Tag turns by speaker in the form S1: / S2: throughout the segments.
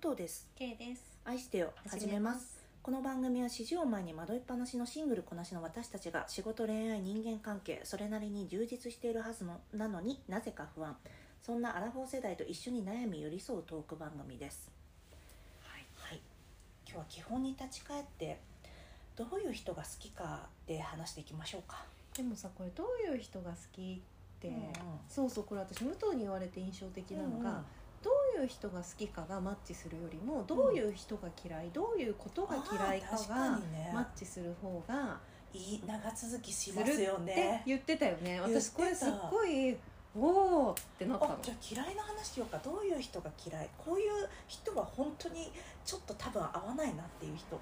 S1: 藤です。
S2: K です。
S1: 愛してよ、始めます。
S2: す。
S1: この番組は四十を前に惑いっぱなしのシングルこなしの私たちが仕事、恋愛、人間関係、それなりに充実しているはずのなのになぜか不安。そんなアラフォー世代と一緒に悩み寄り添うトーク番組です。
S2: はい。
S1: はい、今日は基本に立ち返ってどういう人が好きかで話していきましょうか。
S2: でもさ、これどういう人が好きって、
S1: うんうん
S2: そうそうこれ私武藤に言われて印象的なのが、
S1: うんうん
S2: どういう人が好きかがマッチするよりも、どういう人が嫌い、どういうことが嫌いか
S1: あー確か
S2: が
S1: にね
S2: マッチする方が
S1: いい長続きし
S2: す
S1: ま
S2: る
S1: すよ
S2: って
S1: ね。
S2: 言ってたよね。
S1: 言って
S2: 私
S1: た
S2: これすっごいおおってなった
S1: あ
S2: の。
S1: じゃあ嫌いな話しようかどういう人が嫌いこういう人は本当にちょっと多分合わないなっていう人
S2: う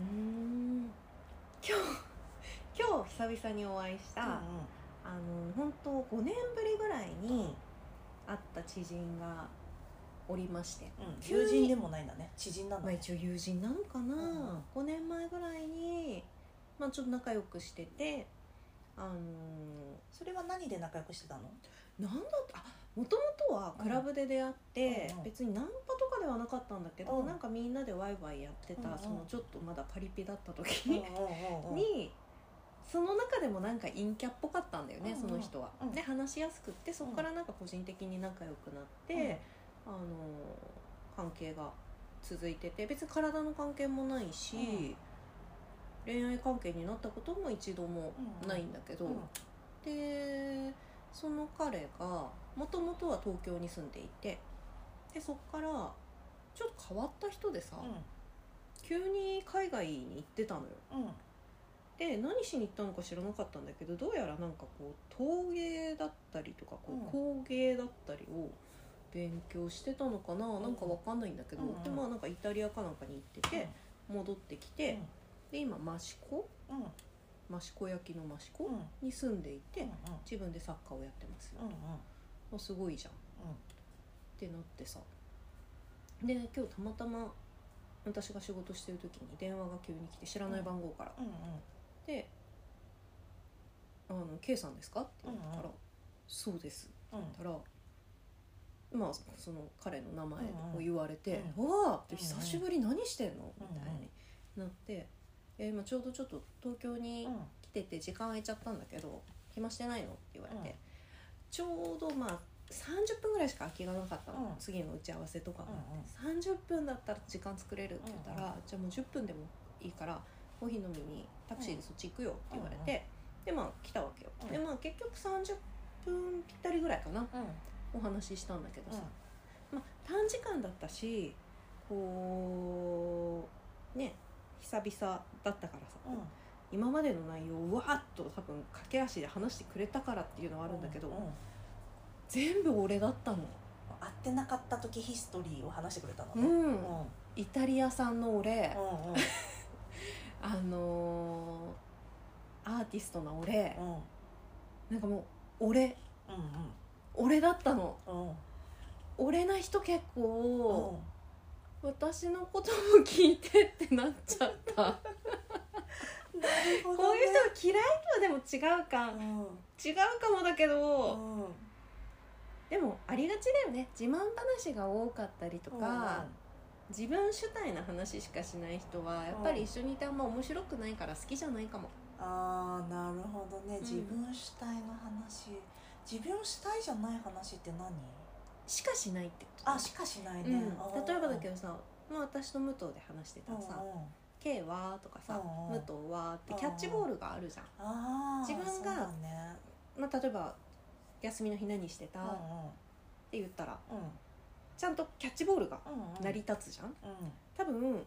S2: ーん今日今日久々にお会いした、あの本当5年ぶりぐらい
S1: うんうん
S2: に会った知人がおりまして、
S1: うん
S2: 急に
S1: 友人でもないんだね知人なんだ
S2: まあ、
S1: ね、
S2: 一応友人なのかな、
S1: うん
S2: 5年前ぐらいに、まあ、ちょっと仲良くしててあの
S1: それは何で仲良くしてたの
S2: なんだったもともとはクラブで出会って、
S1: うんうん
S2: 別にナンパとかではなかったんだけど、
S1: うん
S2: なんかみんなでワイワイやってた、
S1: うんうん
S2: そのちょっとまだパリピだった時
S1: うんう
S2: に
S1: んうんうん
S2: にその中でもなんか陰キャっぽかったんだよね、
S1: うんうん
S2: その人は、
S1: うん
S2: で話しやすくってそこからなんか個人的に仲良くなって、あの関係が続いてて別に体の関係もないし、
S1: うん
S2: 恋愛関係になったことも一度もないんだけど、
S1: うん
S2: でその彼がもともとは東京に住んでいてでそこからちょっと変わった人でさ、急に海外に行ってたのよ。
S1: うんうん
S2: で何しに行ったのか知らなかったんだけどどうやらなんかこう陶芸だったりとかこ
S1: うん
S2: う工芸だったりを勉強してたのかな、
S1: ん
S2: なんかわかんないんだけど、
S1: うんうん
S2: でまあなんかイタリアかなんかに行ってて、戻ってきて、で今益子
S1: うんうん
S2: 益子焼きの益
S1: うん
S2: 子に住んでいて、
S1: うん
S2: 自分で作家をやってますよ、
S1: うんうん
S2: あすごいじゃんってなってさで今日たまたま私が仕事してる時に電話が急に来て知らない番号から。
S1: うんうん
S2: で「あの K さんですか?」って言ったから「
S1: うんう
S2: そうです」って
S1: うん
S2: 言ったら、まあその彼の名前
S1: うんう
S2: を
S1: ん
S2: 言われて「わあ!」って「久しぶり何してんの?」みたいになって「えー今ちょうどちょっと東京に
S1: うん
S2: 来てて時間空いちゃったんだけど暇してないの?」って言われて、
S1: うん
S2: ちょうどまあ30分ぐらいしか空きがなかったの、
S1: うん
S2: 次の打ち合わせとかがあ
S1: うん
S2: って、30分だったら時間作れるって言ったら、じゃあもう10分でもいいからコーヒー飲みにタクシーでそっち行くよって言われて、でまあ来たわけよ、
S1: うん
S2: でまあ結局30分ぴったりぐらいかな
S1: うんうん
S2: お話ししたんだけど
S1: う
S2: さ
S1: ん、
S2: まあ、短時間だったしこうね久々だったからさ、
S1: うん
S2: 今までの内容をわーっと多分駆け足で話してくれたからっていうのはあるんだけど、
S1: ううん
S2: 全部俺だったの、
S1: 会ってなかった時ヒストリーを話してくれたの
S2: う
S1: ね
S2: ん
S1: うんうん
S2: イタリア産の俺、
S1: うん
S2: あのーアーティストな俺、
S1: うん
S2: なんかもう俺
S1: う
S2: 俺だったの
S1: んうんうん
S2: 俺な人結構、
S1: うん
S2: 私のことも聞いてってなっちゃった
S1: なるほどね
S2: こういう人が嫌いとはでも違うか、違うかもだけど、
S1: うんうん
S2: でもありがちだよね自慢話が多かったりとか、自分主体な話しかしない人はやっぱり一緒にいてあんま面白くないから好きじゃないかも、
S1: ああなるほどね
S2: ん
S1: 自分主体の話、自分主体じゃない話って何
S2: しかしないってこと
S1: あしかしない
S2: うん、
S1: ね、うん
S2: 例えばだけどさ、まあ、私と武藤で話してたらさ「K は?」とかさ
S1: うん
S2: 「
S1: うん
S2: 武藤は?」ってキャッチボールがあるじゃん、
S1: ああ
S2: 自分が
S1: そうだね
S2: まあ、例えば「休みの日何して
S1: う
S2: た?」
S1: んう
S2: って言ったら
S1: ん
S2: ちゃんとキャッチボールが
S1: うんうん
S2: 成り立つじゃん
S1: うん
S2: 多分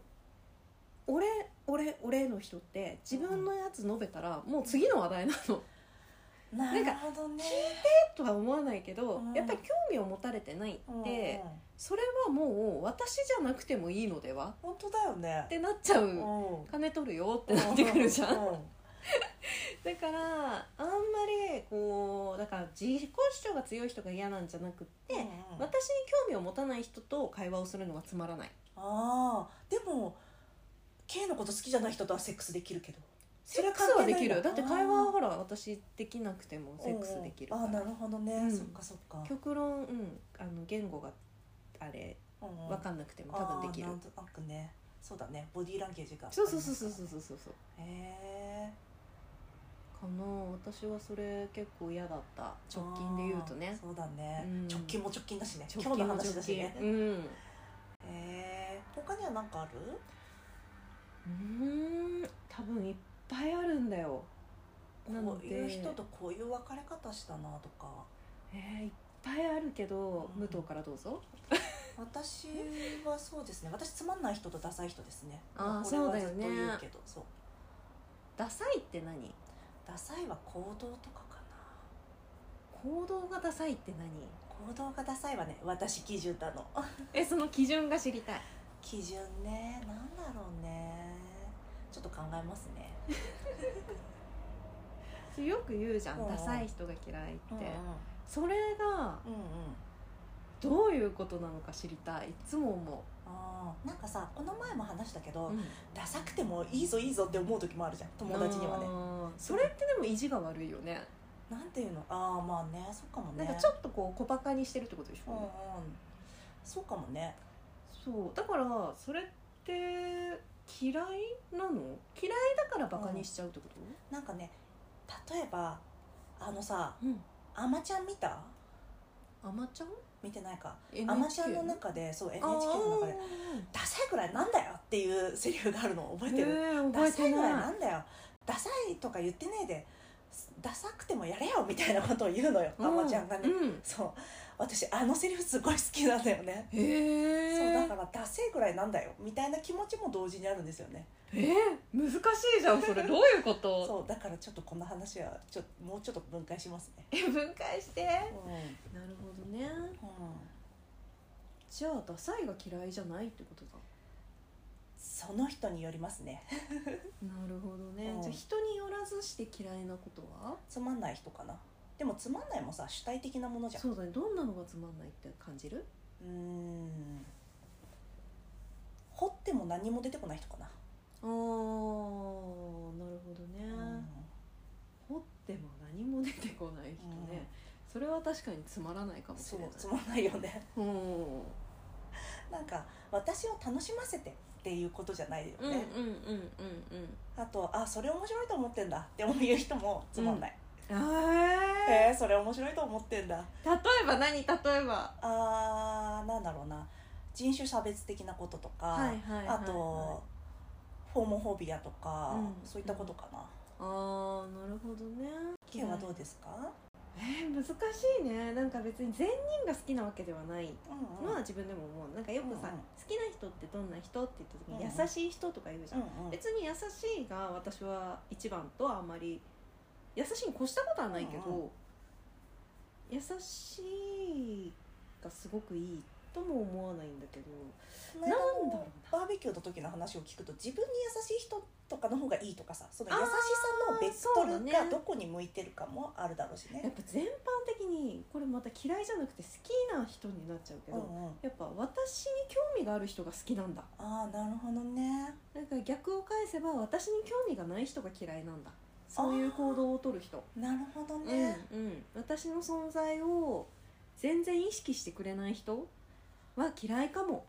S2: 俺俺俺の人って自分のやつ述べたらもう次の話題なの
S1: なるほどね
S2: とは思わないけど、
S1: うん
S2: やっぱり興味を持たれてないって、
S1: うんうん
S2: それはもう私じゃなくてもいいのでは
S1: 本当だよね
S2: ってなっちゃう、
S1: うん
S2: 金取るよってなってくるじゃん、
S1: う
S2: だからあんまりこうだから自己主張が強い人が嫌なんじゃなくって、
S1: うんうん
S2: 私に興味を持たない人と会話をするのはつまらない
S1: ああでも K のこと好きじゃない人とはセックスできるけどそ
S2: セ
S1: れ
S2: ッ
S1: は
S2: クスは
S1: 関係
S2: で
S1: ない
S2: き
S1: んだ
S2: るだって会話はほら私できなくてもセックスできるか
S1: うんうんあーな
S2: ら
S1: るほどね、
S2: うん
S1: そっかそっか
S2: 極論、うん、あの言語があれ
S1: うん
S2: 分かんなくても多分できる
S1: あーなんとなくねそうだねボディーランゲージが
S2: そうそうそうそうそうそうそうそう
S1: へえ
S2: かな私はそれ結構嫌だった直近で言うとね
S1: そうだね、
S2: うん
S1: 直近も直近だしね
S2: 直
S1: 今日
S2: 近
S1: の
S2: も
S1: 話だ
S2: 直
S1: し
S2: 近
S1: ね、
S2: うんう
S1: へえ他には何かある
S2: ーん多分いっぱいあるんだよな
S1: こ
S2: の
S1: う
S2: で
S1: いう人とこういう別れ方したなとか
S2: えーいっぱいあるけど、
S1: うん
S2: 武藤からどうぞ
S1: 私はそうですね私つまんない人とダサい人ですね
S2: あー
S1: これは
S2: そうだよね
S1: ずっと言うけどそう
S2: ダサいって何
S1: ダサいは行動とかかな
S2: 行動がダサいって何
S1: 行動がダサいはね私基準だの
S2: えその基準が知りたい
S1: 基準ねなんだろうねちょっと考えますね
S2: それよく言うじゃん、
S1: うん
S2: ダサい人が嫌いって、
S1: うんうん
S2: それが
S1: うんうん
S2: どういうことなのか知りたいいつも思
S1: あーなんかさこの前も話したけど、
S2: う、
S1: ダサくてもいいぞいいぞって思う時もあるじゃん友達にはね
S2: あーそれってでも意地が悪いよね
S1: なんていうのああまあねそうかもね
S2: なんかちょ
S1: と
S2: っとこう小バカにしてるってことでし
S1: う
S2: ょ、
S1: んうんそうかもね
S2: そうだからそれって嫌いなの嫌いだからバカにしちゃうってこと、
S1: なんかね例えばあのさ
S2: うん、
S1: あまちゃん見た
S2: アマちゃん
S1: 見てないか
S2: NHK
S1: あまちゃんの中でそう NHK の中で「ダサいくらいなんだよ」っていうセリフがあるの覚えてる、
S2: る
S1: ダ
S2: 覚え
S1: サい
S2: て
S1: ぐらい
S2: な
S1: ないんだよダサいとか言ってねえですダサくてもやれよみたいなことを言うのよ、
S2: う
S1: あまちゃんがね、
S2: うん
S1: そう私あのセリフすごい好きなんだよね、
S2: へえ
S1: そうだからダセえぐらいなんだよみたいな気持ちも同時にあるんですよね
S2: えー、難しいじゃんそれどういうこと
S1: そうだからちょっとこの話はちょっともうちょっと分解しますね
S2: え分解して
S1: うん、
S2: なるほどねじゃあダサいが嫌いじゃないってことだ
S1: その人によりますね
S2: なるほどね、
S1: うん
S2: じゃあ人によらずして嫌いなことは
S1: つまんない人かなでもつまんないもさ主体的なものじゃん
S2: そうだねどんなのがつまんないって感じる
S1: うーん掘っても何も出てこない人かな、
S2: あーなるほどね、掘っても何も出てこない人ね、それは確かにつまらないか
S1: うん
S2: もし
S1: そう
S2: れない
S1: つまんないよね
S2: うん
S1: なんか私を楽しませてっていうことじゃないよね、
S2: うんうんうんうん
S1: あとあそれ面白いと思ってんだって思う人もつまんない、
S2: うんえ
S1: えーそれ面白いと思ってんだ
S2: ー、例えば何例えば
S1: あーなんだろうな人種差別的なこととか、
S2: はいはいはいはい
S1: あとホモフォビアとか、
S2: うん
S1: そういったことかな、
S2: ああなるほどね
S1: K はどうですか、
S2: えー難しいねなんか別に善人が好きなわけではない
S1: うん
S2: のは自分でも思うなんかよくさ、
S1: うんうん
S2: 好きな人ってどんな人って言った時
S1: うん
S2: に
S1: うん
S2: 優しい人とか言うじゃん、
S1: うんうん
S2: 別に優しいが私は一番とはあんまり優しいに越したことはないけど、
S1: うん
S2: 優しいがすごくいいとも思わないんだけど
S1: この間の
S2: なんだろう
S1: バーベキューの時の話を聞くと自分に優しい人とかの方がいいとかさその優しさのベクト
S2: あーそう
S1: ル
S2: だ
S1: が
S2: ね
S1: どこに向いてるかもあるだろうしね
S2: やっぱ全般的にこれまた嫌いじゃなくて好きな人になっちゃうけ
S1: う
S2: ど、
S1: んうん、
S2: やっぱ私に興味がある人が好きなんだ
S1: ああなるほどね
S2: なんか逆を返せば私に興味がない人が嫌いなんだそういう行動をとる人、
S1: なるほど
S2: うん
S1: ね、
S2: うん、私の存在を全然意識してくれない人は嫌いかも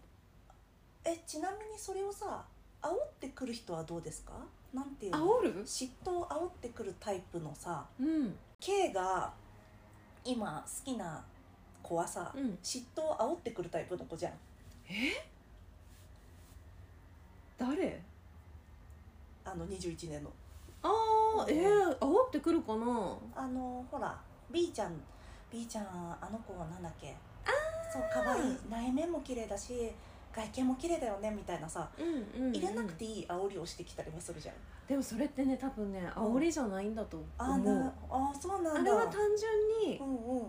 S1: えちなみにそれをさ煽ってくる人はどうですかなんていうの
S2: 煽る
S1: 嫉妬を煽ってくるタイプのさ
S2: うん、
S1: K が今好きな子はさ、
S2: うん、
S1: 嫉妬を煽ってくるタイプの子じゃん
S2: 誰
S1: あの21年の
S2: ああえー、煽ってくるかな
S1: あのほら B ちゃん B ちゃんあの子はなんだっけそう可愛い内面も綺麗だし外見も綺麗だよねみたいなさ
S2: うんうん、
S1: 入れなくていい煽りをしてきたりもするじゃん、
S2: でもそれってね多分ね煽りじゃないんだと
S1: あー
S2: 思
S1: な
S2: う、
S1: あーそうな
S2: あ
S1: ん
S2: れ
S1: だ
S2: は単純に
S1: う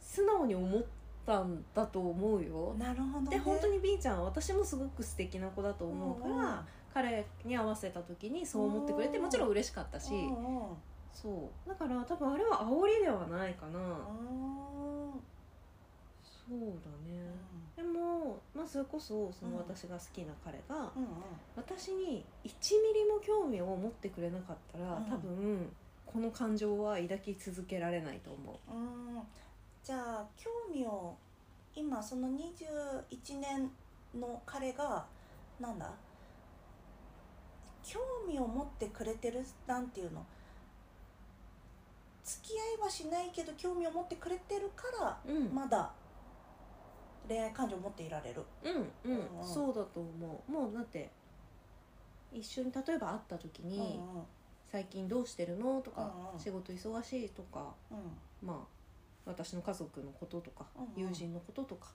S2: 素直に思ったんだと思うよ
S1: んうんなるほど、ね、
S2: で本当
S1: に
S2: に B ちゃんは私もすごく素敵な子だと思うから、彼に会わせた時にそう思ってくれて
S1: うん
S2: もちろん嬉しかったし、
S1: うんうん
S2: そうだから多分あれは煽りではないかな、
S1: うん
S2: そうだねでも、まあ、それこそそ
S1: うん
S2: の私が好きな彼が、
S1: うんうん
S2: 私に1ミリも興味を持ってくれなかったら、
S1: うん
S2: 多分この感情は抱き続けられないと思う
S1: うんじゃあ興味を今その21年の彼がなんだ興味を持ってくれてるなんていうの付き合いはしないけど興味を持ってくれてるから
S2: うん
S1: まだ恋愛感情を持っていられる、
S2: うんう
S1: う
S2: ん、
S1: んうん
S2: そうだと思うもうだって一緒に例えば会った時に
S1: うん
S2: 「最近どうしてるの?」とか、
S1: うんうん
S2: 仕事忙しい」とか
S1: うんうん
S2: まあ私の家族のこととか、
S1: うんうん
S2: 友人のこととか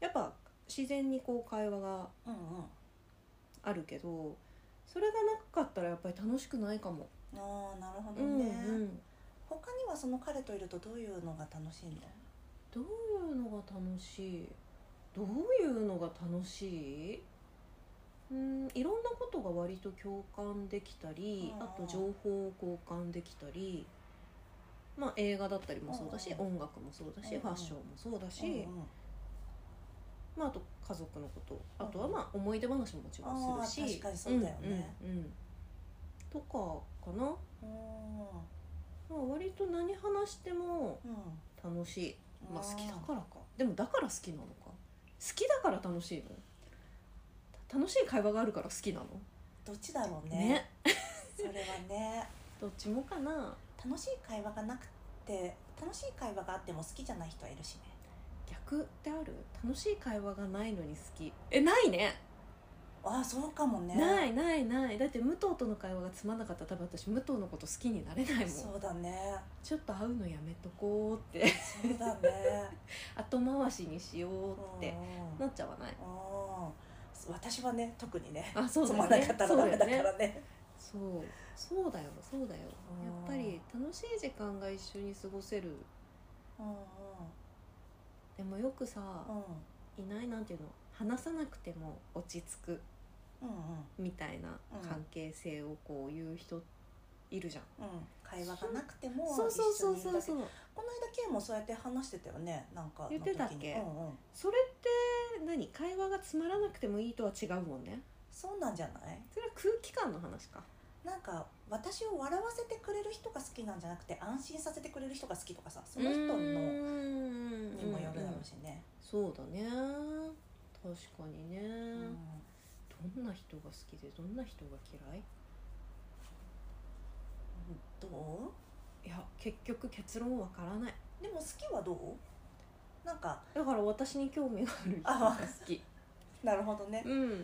S2: やっぱ自然にこう会話が
S1: うんうん
S2: あるけどそれがなかったらやっぱり楽しくないかも。
S1: ああなるほ
S2: う
S1: ど
S2: んう
S1: ね、
S2: ん、
S1: 他にはその彼といるとどういうのが楽しいの
S2: どういうのが楽しいどういうのが楽しいうんいろんなことが割と共感できたり
S1: うん
S2: あと情報を交換できたり、まあ、映画だったりもそうだし
S1: うん
S2: 音楽もそうだし
S1: うん
S2: ファッションもそうだし、
S1: うんうん
S2: まあ、あと家族のことあとは
S1: うん
S2: まあ思い出話ももちろんする
S1: あー
S2: し
S1: 確かにそうだよね
S2: うんうんうんとかかな、
S1: うん
S2: まあ、割と何話しても
S1: うん
S2: 楽しい、まあ、好きだ
S1: うん
S2: からかでもだから好きなのか好きだから楽しいのた楽しい会話があるから好きなの
S1: どっちだろう
S2: ね
S1: ねそれはね
S2: どっちもかな
S1: 楽しい会話がなくて楽しい会話があっても好きじゃない人はいるしね
S2: 逆ってある楽しい会話がないのに好きえないね
S1: ああそうかもね
S2: ないないないだって武藤との会話がつまんなかったら多分私武藤のこと好きになれないもん
S1: そうだね
S2: ちょっと会うのやめとこうって
S1: そうだね
S2: 後回しにしようって
S1: うん
S2: なっちゃわない
S1: うん私はね特にね
S2: あそう
S1: つ
S2: だ
S1: ま
S2: よ
S1: んな
S2: ね
S1: かった
S2: そ
S1: ら
S2: う
S1: ダ
S2: だ
S1: メ
S2: よ
S1: だか
S2: ね
S1: らね
S2: そうそうだよそうだよ
S1: うん
S2: やっぱり楽しい時間が一緒に過ごせる
S1: うんうん
S2: でもよくさ、
S1: うん
S2: いないなんていうの話さなくても落ち着く
S1: うんうん
S2: みたいな
S1: うん
S2: 関係性をこう言う人いるじゃん、
S1: うん会話がなくても
S2: そうそうそう
S1: 一緒にいる
S2: そう
S1: だけ
S2: そう
S1: この間 K もそうやって話してたよねなんかの時に
S2: 言ってたっけ
S1: うんうん、
S2: それって何会話がつまらなくてもいいとは違うもんね
S1: そうなんじゃない
S2: それは空気感の話か
S1: なんか私を笑わせてくれる人が好きなんじゃなくて安心させてくれる人が好きとかさその人のにもよるだろうしね、
S2: そうだね確かに
S1: う
S2: ね、
S1: ん
S2: どんな人が好きでどんな人が嫌い
S1: どう
S2: いや結局結論わからない
S1: でも好きはどうなんか
S2: だから私に興味がある人が好き
S1: なるほどね
S2: うん
S1: うん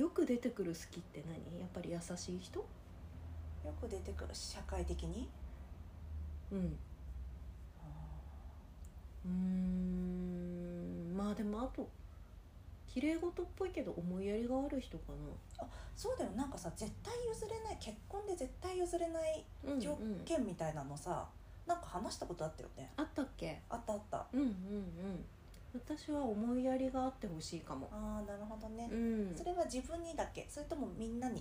S2: よく出てくる好きって何やっぱり優しい人
S1: よく出てくる社会的に
S2: うんうーんまあでもあと綺麗事っぽいけど思いやりがある人か
S1: そうだよなんかさ絶対譲れない結婚で絶対譲れない
S2: な、うんうん
S1: 条件みたいなのさ、なんか話したことあったよね
S2: あったっけ
S1: あったあった
S2: うんうんうん私は思いやりがあってほしいかも
S1: あーなるほどね
S2: う、ん
S1: それは自分にだけそれともみんなに、ね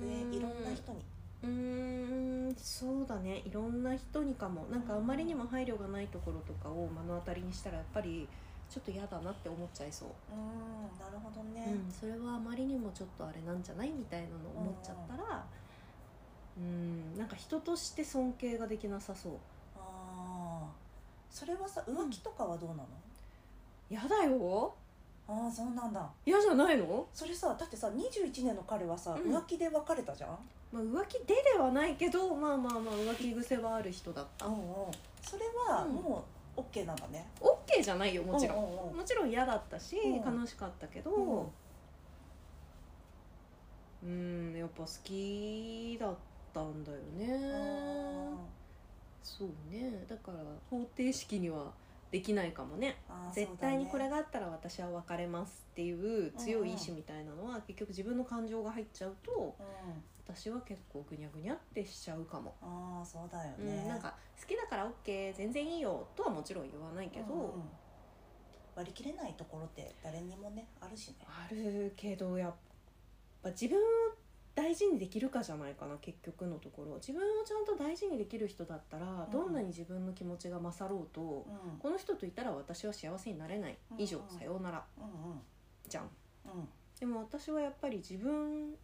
S2: うん
S1: いろんな人に
S2: うーんそうだねいろんな人にかもなんかあまりにも配慮がないところとかを目の当たりにしたらやっぱりちょっと嫌だなって思っちゃいそう
S1: うんなるほどね、
S2: うん、それはあまりにもちょっとあれなんじゃないみたいなの思っちゃったらうんなんか人として尊敬ができなさそう
S1: ああそれはさ浮気とかはどうなの、
S2: やだよ
S1: ああそうなんだ
S2: 嫌じゃないの、
S1: それさだってさ21年の彼はさ、
S2: うん
S1: 浮気で別れたじゃん
S2: まあ、浮気でではないけどまあまあまあ浮気癖はある人だった
S1: うんうんそれは
S2: うん
S1: もう OK なんだね
S2: OK じゃないよもちろん、
S1: んうんうん
S2: もちろん嫌だったし、
S1: うん
S2: 楽しかったけど
S1: うん
S2: うんやっぱ好きだったんだよね
S1: あ
S2: そうねだから方程式にはできないかもね
S1: ーあー
S2: 絶対にこれ
S1: そう
S2: があったら私は別れますっていう強い意志みたいなのは結局自分の感情が入っちゃうと
S1: だね
S2: 私は結構ぐにゃぐにゃってしちゃうかも、
S1: うん、ああそうだよ
S2: う
S1: ね、
S2: ん、なんか好きだから OK 全然いいよとはもちろん言わないけど、
S1: うんうん割り切れないところって誰にもねあるしね
S2: あるけどやっぱ自分を大事にできるかじゃないかな結局のところ自分をちゃんと大事にできる人だったら
S1: うん
S2: どんなに自分の気持ちが勝ろうと、
S1: うん
S2: この人といたら私は幸せになれない以上、
S1: うんうん
S2: さようなら
S1: うんうん
S2: じゃん
S1: うん
S2: でも私はやっぱり自分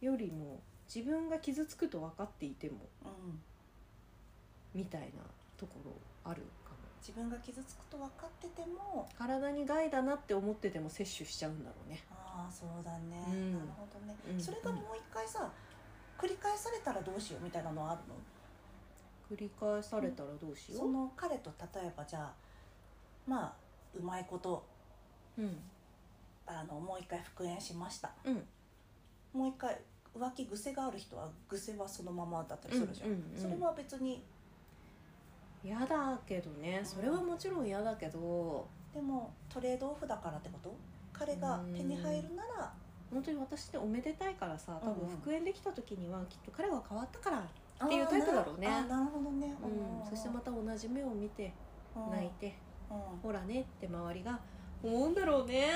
S2: よりも自分が傷つくと分かっていても
S1: うん
S2: みたいなところあるかも
S1: 自分が傷つくと分かってても
S2: 体に害だなって思ってても摂取しちゃうんだろうね
S1: ああそうだね、
S2: うん
S1: なるほどね、
S2: うん
S1: それがもう一回さ繰り返されたらどうしようみたいなのはあるの
S2: 繰り返されたらどうしよ、
S1: そうの彼と例えばじゃあまあうまいこと
S2: うん
S1: あのもう一回復縁しました
S2: うん、
S1: もう一回浮気癖がある人は癖はそのままだったりするじゃん、
S2: うんうんうん
S1: それは別に
S2: 嫌だけどねそれはもちろん嫌だけど
S1: でもトレードオフだからってこと彼が手に入るなら
S2: 本当に私っておめでたいからさ多
S1: うん
S2: 分
S1: うん
S2: 復縁できた時にはきっと彼は変わったから、
S1: あー
S2: っていうタイプだろうね
S1: なあーなるほどね、
S2: うんそしてまた同じ目を見て
S1: うん
S2: 泣いて
S1: うん
S2: ほらねって周りが思うんだろうね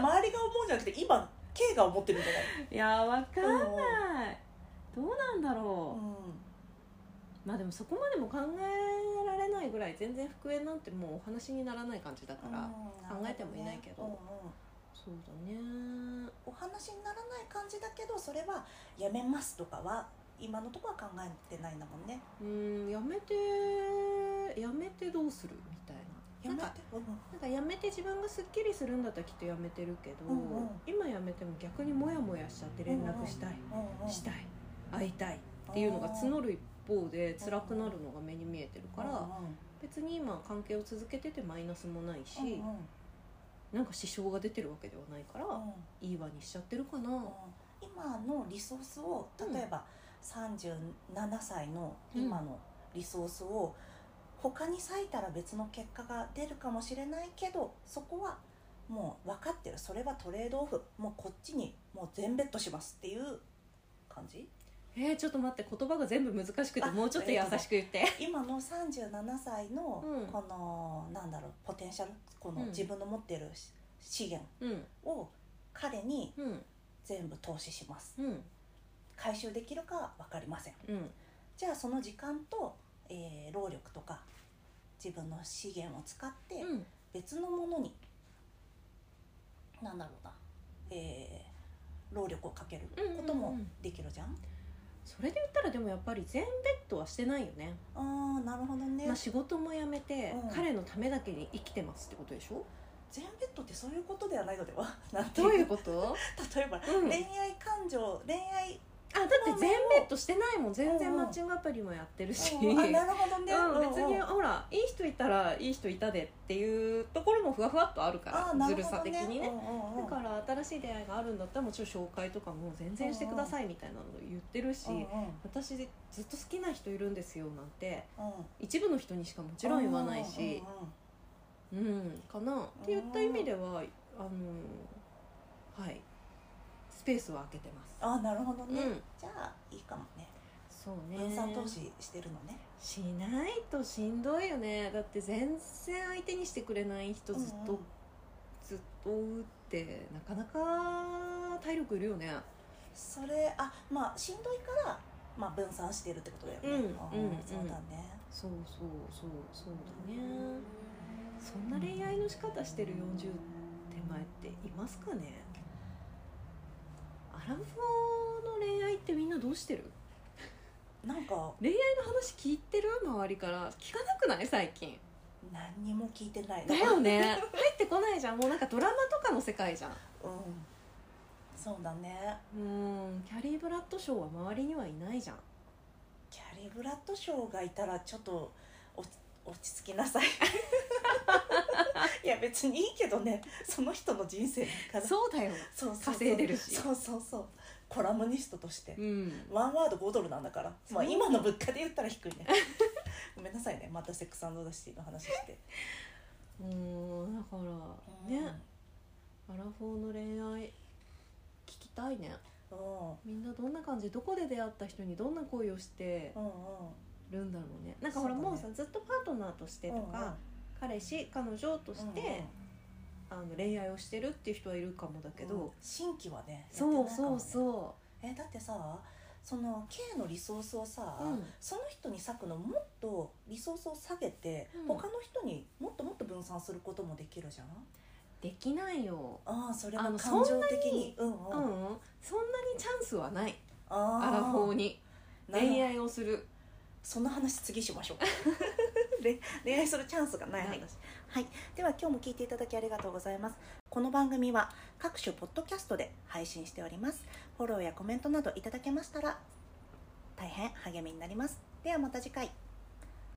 S1: 周りが思うんじゃなくて今 K が思ってるんじゃない
S2: いやわか
S1: うん
S2: ないどうなんだろ
S1: う
S2: うまあでもそこまでも考えられないぐらい全然復縁なんてもうお話にならない感じだか
S1: ん
S2: ら、
S1: うん
S2: 考えてもいないけど
S1: うんうん
S2: そうだね
S1: お話にならない感じだけどそれはやめますとかは今のところは考えてないんだもんね
S2: うんやめてやめてどうするみたい
S1: や
S2: な
S1: め
S2: なん
S1: て
S2: かなんかやめて自分がすっきりするんだったらきっとやめてるけど、
S1: うんうん
S2: 今やめても逆にモヤモヤしちゃって連絡したい、
S1: うんうんうん
S2: したい会いたいっていうのが募る一方で辛くなるのが目に見えてるか
S1: うん
S2: ら別に今関係を続けててマイナスもないし
S1: うんうんうん
S2: なんか支障が出てるわけではないから
S1: うん
S2: いいわにしちゃってるかな
S1: 今のリソースを
S2: うん
S1: 例えば37歳の今のリソースを他に割いたら別の結果が出るかもしれないけどそこはもう分かってるそれはトレードオフもうこっちにもう全ベットしますっていう感じ
S2: えー、ちょっと待って言葉が全部難しくて
S1: あ
S2: もうちょっと優しく言って、
S1: 今の37歳の
S2: うん
S1: この、なんだろうポテンシャルこの
S2: うん
S1: 自分の持ってるし資源
S2: うん
S1: を彼に
S2: うん
S1: 全部投資します
S2: うん
S1: 回収できるか分かりません
S2: うん
S1: じゃあその時間と、えー労力とか自分の資源を使って
S2: うん
S1: 別のものに、なんだろうな、えー労力をかけること
S2: うん
S1: も
S2: うんうん
S1: できるじゃん,、
S2: それで言ったらでもやっぱり全ベッドはしてないよね、
S1: ああなるほどね、
S2: まあ、仕事も辞めて、
S1: うん
S2: 彼のためだけに生きてますってことでし ょ
S1: 全ベッドってそういうことではないのでは なんて
S2: どう
S1: い
S2: いううこと、
S1: 例えば
S2: うん、あだ
S1: 恋愛感情恋愛
S2: って全ベッドしてないもん全
S1: うんう
S2: 然
S1: ん
S2: マッチングアプリもやってるし、
S1: うんあなるほどね、
S2: うん、別に
S1: うんうん
S2: ほらいい人いたらいい人いたでっていうところもふわふわっとあるか
S1: あ
S2: ら
S1: な
S2: ず
S1: る
S2: る
S1: ほ
S2: さ
S1: ど
S2: 的にね、
S1: うんうんうん
S2: だから新しい出会いがあるんだったらもちろん紹介とかも全然してくださいみたいなの言ってるし、
S1: うんうん
S2: 私ずっと好きな人いるんですよなんて
S1: うんも
S2: 一部の人にしかもちろん言わないし、うんかなって言った意味ではあのはいスペースを空けてます。
S1: あなるほどね、
S2: うん
S1: じゃあいいかもね
S2: そうね
S1: 分散投資してるのね、
S2: しないとしんどいよねだって全然相手にしてくれない人ずっと、
S1: うんうん
S2: ずっと追うってなかなか体力いるよね
S1: それあまあしんどいから、まあ、分散してるってことだよね、
S2: うんうんうん
S1: そうだね、
S2: そうそうそうそうだねそんな恋愛の仕方してる40手前っていますかねアラフォーの恋愛ってみんなどうしてる
S1: なんか
S2: 恋愛の話聞いてる周りから聞かなくない最近
S1: 何にも聞いてない
S2: だ
S1: な
S2: よね 入ってこないじゃんもうなんかドラマとかの世界じゃん
S1: うんそうだね
S2: うんキャリー・ブラッドショーは周りにはいないじゃん
S1: キャリー・ブラッドショーがいたらちょっと落ち落ち着きなさい いや別にいいけどねその人の人生だから
S2: そうだよ
S1: そうそうそう
S2: 稼いでるし
S1: そうそうそうコラムニストとして、
S2: うん
S1: ワンワード5ドルなんだから、まあ、
S2: そう
S1: 今の物価で言ったら低いねごめんなさいねまたセックスザ・シティの話して
S2: うんだからねアラフォーの恋愛聞きたいね
S1: うんうん
S2: みんなどんな感じどこで出会った人にどんな恋をして
S1: うんうん
S2: るんだろうねなんかほら
S1: そうだね
S2: もうさずっとパートナーとしてとか、彼氏彼女として、あの恋愛をしてるっていう人はいるかもだけど、
S1: うん新規はね
S2: そうそう
S1: う
S2: そ
S1: えだってさその K のリソースをさ、
S2: う、うん、
S1: その人に割くのもっとリソースを下げて、
S2: うん
S1: 他の人にもっともっと分散することもできるじゃん
S2: できないよ
S1: ああそれ
S2: あ
S1: は
S2: の
S1: 感情的にうん
S2: うん
S1: うん、
S2: そんなにチャンスはない
S1: あ
S2: アラフォー
S1: に
S2: に恋愛をする
S1: その話次しましょ うで恋愛するチャンスがない話、
S2: はい
S1: はい、では今日も聞いていただきありがとうございますこの番組は各種ポッドキャストで配信しておりますフォローやコメントなどいただけましたら大変励みになりますではまた次回